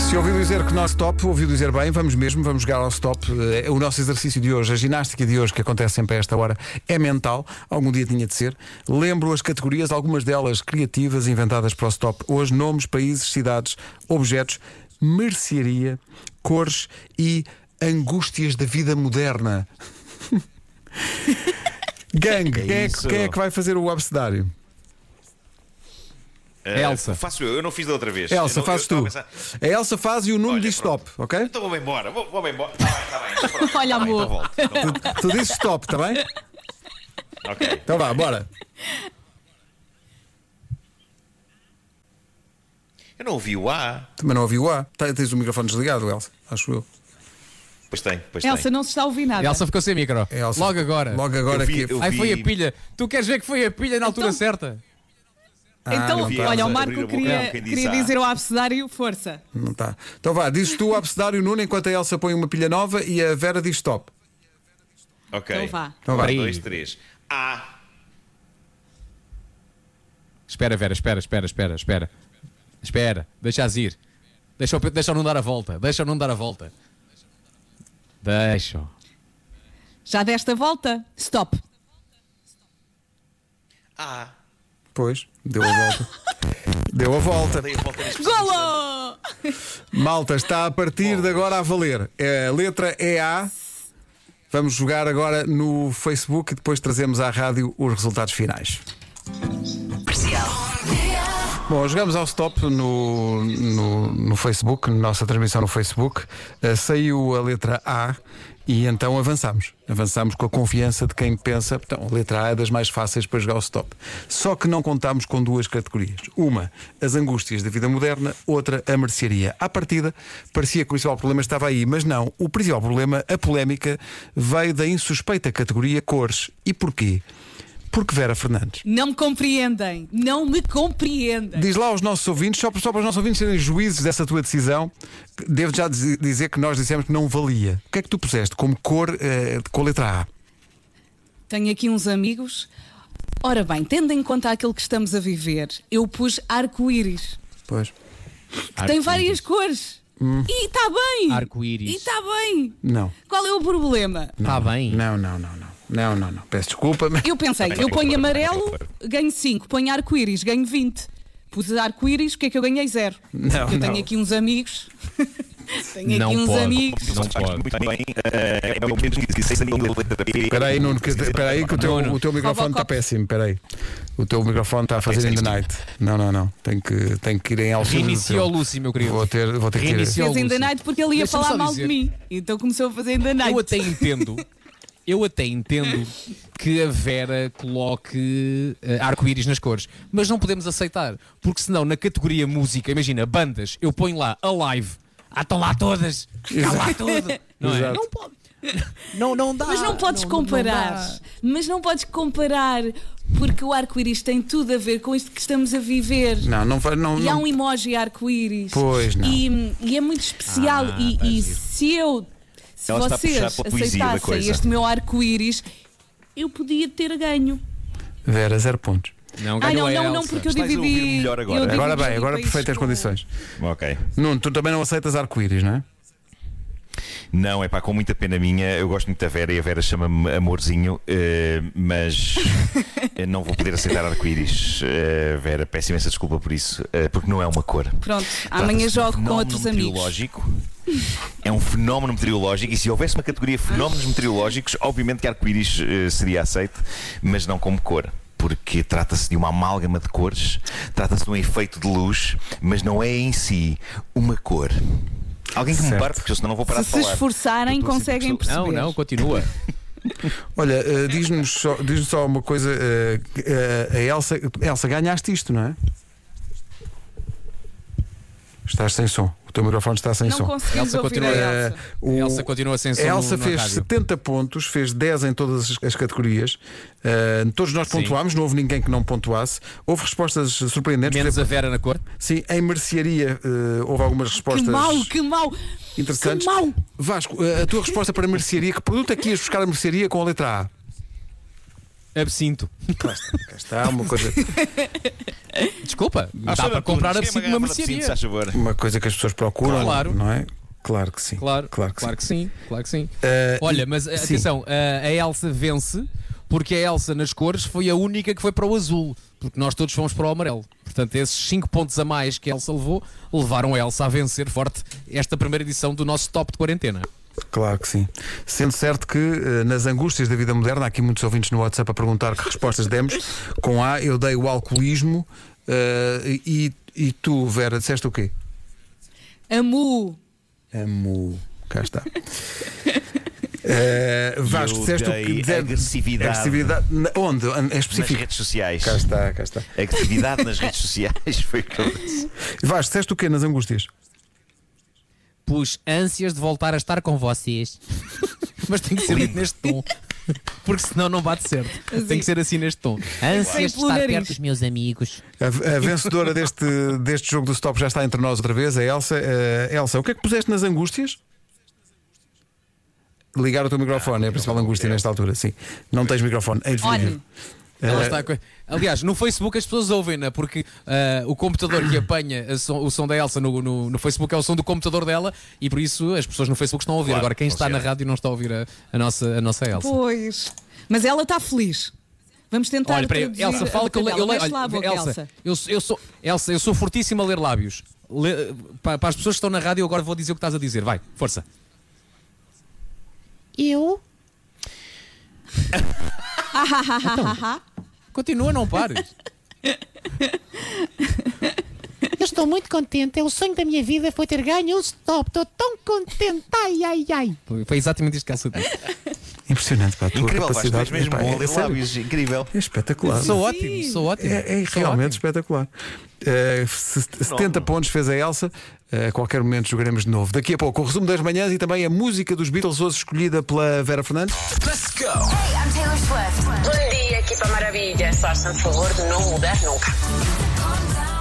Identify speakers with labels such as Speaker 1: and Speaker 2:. Speaker 1: Se ouviu dizer que não stop, ouviu dizer bem, vamos mesmo, vamos jogar ao stop. Eh, O nosso exercício de hoje, a ginástica de hoje, que acontece sempre a esta hora, é mental. Algum dia tinha de ser. Lembro as categorias, algumas delas criativas, inventadas para o stop. Hoje, nomes, países, cidades, objetos, mercearia, cores e angústias da vida moderna. Gang, quem, é, que-
Speaker 2: isso?
Speaker 1: quem é que vai fazer o abecedário?
Speaker 3: Eh,
Speaker 2: Elsa.
Speaker 3: Faço eu, eu não fiz da outra vez.
Speaker 1: Elsa,
Speaker 3: Eu não-
Speaker 1: fazes
Speaker 3: eu-
Speaker 1: tu.
Speaker 3: eu estava a pensar-
Speaker 1: A Elsa faz e o Nuno
Speaker 3: Olha,
Speaker 1: diz
Speaker 3: pronto.
Speaker 1: stop, ok?
Speaker 3: Então vou-me embora, vou- vou-me embora. Está bem, está bem. então pronto,
Speaker 4: Olha,
Speaker 3: tá bem,
Speaker 4: amor.
Speaker 3: então volto, então volto.
Speaker 1: Tu dizes stop, está bem?
Speaker 3: Ok.
Speaker 1: Então vá, bora.
Speaker 3: Eu não ouvi o A.
Speaker 1: Também não ouvi o A. Tá- Tens o microfone desligado, Elsa, acho eu.
Speaker 3: Pois tem, pois
Speaker 4: Elsa,
Speaker 3: tem.
Speaker 4: não se está a ouvir nada.
Speaker 2: A Elsa ficou sem micro.
Speaker 1: É, Elsa.
Speaker 2: Logo agora.
Speaker 1: Logo agora
Speaker 3: Eu vi-
Speaker 1: que.
Speaker 3: eu-
Speaker 2: Aí foi
Speaker 3: vi-
Speaker 2: a pilha. Tu queres ver que foi a pilha na altura
Speaker 4: Então-
Speaker 2: certa?
Speaker 1: Ah,
Speaker 4: então,
Speaker 1: não
Speaker 3: tá. Abrir
Speaker 4: olha, o
Speaker 3: a
Speaker 4: Marco
Speaker 3: boca, não,
Speaker 4: queria,
Speaker 3: quem diz
Speaker 4: queria
Speaker 3: ah.
Speaker 4: dizer ao abecedário força.
Speaker 1: Não está. Então vá, dizes tu o abecedário Nuno enquanto a Elsa põe uma pilha nova e a Vera diz stop.
Speaker 3: Ok.
Speaker 4: Então vá.
Speaker 1: Então vá.
Speaker 2: Peraí.
Speaker 3: Um, dois, três. A.
Speaker 2: Espera, Vera, espera, espera, espera, espera. Espera, deixa-as ir. Deixa, o- deixa o não dar a volta. Deixa o não dar a volta. Deixa.
Speaker 4: Já desta volta, stop.
Speaker 3: A.
Speaker 1: Pois, deu a volta. Deu a volta.
Speaker 3: Dei a volta nas pessoas.
Speaker 4: Golo!
Speaker 1: Malta, está a partir de agora a valer. É, A letra é A. Vamos jogar agora no Facebook e depois trazemos à rádio os resultados finais. Bom, jogamos ao stop no, no, no Facebook, na nossa transmissão no Facebook. Eh, saiu a letra A e então avançamos. Avançamos com a confiança de quem pensa, então, a letra A é das mais fáceis para jogar ao stop. Só que não contámos com duas categorias. Uma, as angústias da vida moderna, outra, a mercearia. À partida, parecia que o principal problema estava aí, mas não. O principal problema, a polémica, veio da insuspeita categoria cores. E porquê? Porque Vera Fernandes.
Speaker 4: Não me compreendem. Não me compreendem.
Speaker 1: Diz lá aos nossos ouvintes, só, só para os nossos ouvintes serem juízes dessa tua decisão, que devo já diz- dizer que nós dissemos que não valia. O que é que tu puseste como cor eh, com a letra A?
Speaker 4: Tenho aqui uns amigos. Ora bem, tendo em conta aquilo que estamos a viver, eu pus arco-íris.
Speaker 1: Pois.
Speaker 4: que Tem várias cores. E está bem.
Speaker 2: Arco-íris.
Speaker 4: E está bem.
Speaker 1: Não.
Speaker 4: Qual é o problema?
Speaker 2: Está tá bem.
Speaker 1: Não, não, não, não. Não, não, não. Peço desculpa, mas.
Speaker 4: Eu pensei, eu ponho amarelo, ganho 5, ponho arco-íris, ganho 20. Pus arco-íris, o que é que eu ganhei? Zero.
Speaker 1: Não,
Speaker 4: eu
Speaker 1: não.
Speaker 4: tenho aqui uns amigos. tenho
Speaker 2: Não
Speaker 4: aqui uns
Speaker 2: pode.
Speaker 4: amigos.
Speaker 2: Não pode.
Speaker 3: Muito bem. eh, É o menos que disse, sem nenhuma letra B.
Speaker 1: Espera aí, Nuno, que- espera aí que o teu,
Speaker 2: Nuno.
Speaker 1: o teu microfone está
Speaker 4: Robocop.
Speaker 1: péssimo. Espera aí. O teu microfone está a fazer in the night. Não, não, não. Tenho que, tenho que ir em altura. do
Speaker 2: Reinicia
Speaker 1: teu.
Speaker 2: o Lúcio, meu querido.
Speaker 1: Vou ter, vou ter que ir.
Speaker 2: Reinicia.
Speaker 4: Fez ainda
Speaker 2: Lúcio.
Speaker 4: night porque ele ia
Speaker 2: Deixa-me
Speaker 4: falar
Speaker 2: só
Speaker 4: mal
Speaker 2: dizer.
Speaker 4: de mim. Então começou a fazer ainda night.
Speaker 2: Eu até entendo. Eu até entendo que a Vera coloque eh, arco-íris nas cores, mas não podemos aceitar, porque senão na categoria música, imagina, bandas, eu ponho lá a live, ah, estão lá todas, está lá tudo. Não, é?
Speaker 1: Exato.
Speaker 2: não pode. Não, não dá.
Speaker 4: Mas não podes comparar. mas não podes comparar porque o arco-íris tem tudo a ver com isto que estamos a viver.
Speaker 1: Não, não vai. Não,
Speaker 4: E há
Speaker 1: não-
Speaker 4: um emoji arco-íris.
Speaker 1: Pois não.
Speaker 4: E, e é muito especial.
Speaker 2: Ah,
Speaker 4: e
Speaker 2: vai
Speaker 4: e
Speaker 2: giro.
Speaker 4: se eu, se
Speaker 3: Ela está a puxar
Speaker 4: vocês
Speaker 3: pela poesia da
Speaker 4: aceitassem
Speaker 3: coisa.
Speaker 4: este meu arco-íris, eu podia ter ganho.
Speaker 1: Vera, zero pontos.
Speaker 2: Não,
Speaker 4: Ah,
Speaker 2: ganhou
Speaker 4: não,
Speaker 2: a
Speaker 4: não,
Speaker 2: Elsa.
Speaker 4: não, porque eu
Speaker 3: Estás a ouvir
Speaker 4: dividi.
Speaker 3: melhor agora.
Speaker 4: eu um
Speaker 1: Agora
Speaker 4: dividi
Speaker 1: bem, agora
Speaker 4: países
Speaker 1: perfeitas
Speaker 4: com-
Speaker 1: condições.
Speaker 3: Ok.
Speaker 1: Nuno, tu também não aceitas arco-íris, não é?
Speaker 3: Não, é pá, com muita pena minha. Eu gosto muito da Vera e a Vera chama-me amorzinho, eh, mas eu não vou poder aceitar arco-íris. Eh, Vera, peço imensa desculpa por isso, eh, porque não é uma cor.
Speaker 4: Pronto,
Speaker 3: Trata-se
Speaker 4: amanhã
Speaker 3: de um
Speaker 4: jogo com
Speaker 3: fenómeno
Speaker 4: outros amigos.
Speaker 3: meteorológico. É um fenómeno meteorológico e se houvesse uma categoria fenómenos meteorológicos, obviamente que arco-íris eh, seria aceito, mas não como cor. Porque trata-se de uma amálgama de cores, trata-se de um efeito de luz, mas não é em si uma cor. Alguém que me
Speaker 1: Certo.
Speaker 3: pare, porque senão não vou parar
Speaker 4: Se
Speaker 3: de
Speaker 4: se
Speaker 3: falar.
Speaker 4: esforçarem,
Speaker 3: Eu estou a dizer que
Speaker 4: conseguem
Speaker 3: estou-
Speaker 4: perceber.
Speaker 2: Não, não, continua.
Speaker 1: Olha, eh, diz-nos só, diz só uma coisa. eh, que, eh, a Elsa, Elsa, ganhaste isto, não é? Estás sem som. O teu microfone está sem
Speaker 4: Não
Speaker 1: som.
Speaker 4: conseguimos
Speaker 2: Elsa
Speaker 4: ouvir a
Speaker 2: continua-
Speaker 1: Eh,
Speaker 4: Elsa.
Speaker 1: o-
Speaker 2: Elsa continua sem som
Speaker 1: A Elsa
Speaker 2: no- na
Speaker 1: fez
Speaker 2: rádio.
Speaker 1: 70 pontos, fez 10 em todas as- as categorias. Eh, todos nós
Speaker 2: Sim.
Speaker 1: pontuámos, não houve ninguém que não pontuasse. Houve respostas surpreendentes.
Speaker 2: Menos
Speaker 1: por
Speaker 2: a
Speaker 1: exemplo,
Speaker 2: Vera na cor.
Speaker 1: Sim, em mercearia eh, houve algumas
Speaker 4: Que
Speaker 1: respostas.
Speaker 4: mau, que mau.
Speaker 1: interessantes.
Speaker 4: Que mau.
Speaker 1: Vasco, eh, a tua resposta para a mercearia, que produto é que ias buscar a mercearia com a letra A?
Speaker 2: Absinto.
Speaker 1: Cá está, uma coisa.
Speaker 2: Desculpa,
Speaker 3: Ah,
Speaker 2: dá
Speaker 3: senhora,
Speaker 2: para comprar
Speaker 3: esquema
Speaker 2: a psico numa
Speaker 3: garrafa de
Speaker 2: mercearia.
Speaker 3: se faz favor.
Speaker 1: Uma coisa que as pessoas procuram,
Speaker 2: Claro.
Speaker 1: não é? Claro que sim.
Speaker 2: Claro,
Speaker 1: claro que sim.
Speaker 2: sim. claro que sim.
Speaker 1: Eh,
Speaker 2: Olha, mas eh,
Speaker 1: sim.
Speaker 2: atenção, eh, a Elsa vence porque a Elsa nas cores foi a única que foi para o azul, porque nós todos fomos para o amarelo. Portanto, esses 5 pontos a mais que a Elsa levou levaram a Elsa a vencer forte esta primeira edição do nosso top de quarentena.
Speaker 1: Claro que sim. Sendo certo que eh, nas angústias da vida moderna, há aqui muitos ouvintes no WhatsApp a perguntar que respostas demos. Com A, eu dei o alcoolismo eh, e, e tu, Vera, disseste o quê?
Speaker 4: Amo.
Speaker 1: Amo. Cá está. Eh, Vasco,
Speaker 3: Eu
Speaker 1: disseste o
Speaker 3: dei
Speaker 1: que? disseste-
Speaker 3: agressividade.
Speaker 1: agressividade. Na- Onde? É
Speaker 3: Nas
Speaker 1: específico.
Speaker 3: redes sociais.
Speaker 1: Cá está, cá está.
Speaker 3: Atividade nas redes sociais foi o que eu disse.
Speaker 1: Vasco, disseste o quê nas angústias?
Speaker 2: Pus ânsias de voltar a estar com vocês. Mas tem que ser dito neste tom. Porque senão não bate certo. Tem que ser assim neste tom. Ânsias de
Speaker 4: pelo
Speaker 2: estar
Speaker 4: nariz.
Speaker 2: perto dos meus amigos.
Speaker 1: A, a vencedora deste, deste jogo do stop já está entre nós outra vez, a Elsa. Eh, Elsa, o que é que puseste nas angústias? Ligar o teu microfone, é a principal angústia nesta altura, sim. Não tens microfone, é definitivo.
Speaker 4: Olha,
Speaker 2: Ela
Speaker 1: Eh,
Speaker 2: É, está com- Aliás, no Facebook as pessoas ouvem-na, porque ah, o computador que apanha a som- o som da Elsa no, no- no Facebook é o som do computador dela e por isso as pessoas no Facebook estão a ouvir.
Speaker 3: Claro,
Speaker 2: Agora, quem está na
Speaker 3: funciona.
Speaker 2: rádio não está a ouvir a, a nossa, a nossa Elsa.
Speaker 4: pois. Mas ela está feliz. Vamos tentar.
Speaker 2: Olha, peraí,
Speaker 4: traduzir
Speaker 2: Elsa,
Speaker 4: a
Speaker 2: fala que eu, le-
Speaker 4: boca
Speaker 2: eu, le-
Speaker 4: dela. Mexe lá a
Speaker 2: olha,
Speaker 4: boca,
Speaker 2: Elsa,
Speaker 4: Elsa.
Speaker 2: Eu, sou- eu sou, Elsa, eu sou fortíssimo a ler lábios. Le- pa- para as pessoas que estão na rádio, eu agora vou dizer o que estás a dizer. Vai, força.
Speaker 5: Eu
Speaker 2: Continua, não pares.
Speaker 5: Eu estou muito contente. É o sonho da minha vida foi ter ganho o stop. Estou tão contente. Ai, ai, ai.
Speaker 2: Foi foi exatamente isto que a Elsa disse.
Speaker 1: Impressionante, pá, a tua
Speaker 3: Incrível, Vasco,
Speaker 1: capacidade.
Speaker 3: tens mesmo
Speaker 1: Epá,
Speaker 3: bom
Speaker 1: é,
Speaker 3: ler
Speaker 1: sério,
Speaker 3: lábios, incrível.
Speaker 1: é espetacular.
Speaker 2: Sou ótimo, sou ótimo.
Speaker 1: É, é
Speaker 2: sou
Speaker 1: realmente
Speaker 2: ótimo.
Speaker 1: espetacular. Eh, se- 70 pontos fez a Elsa. Eh, a qualquer momento jogaremos de novo. Daqui a pouco, o resumo das manhãs e também a música dos Beatles, hoje escolhida pela Vera Fernandes.
Speaker 6: Hey, I'm Taylor Swift.
Speaker 7: Bom dia, equipa maravilha. Façam favor de não mudar nunca.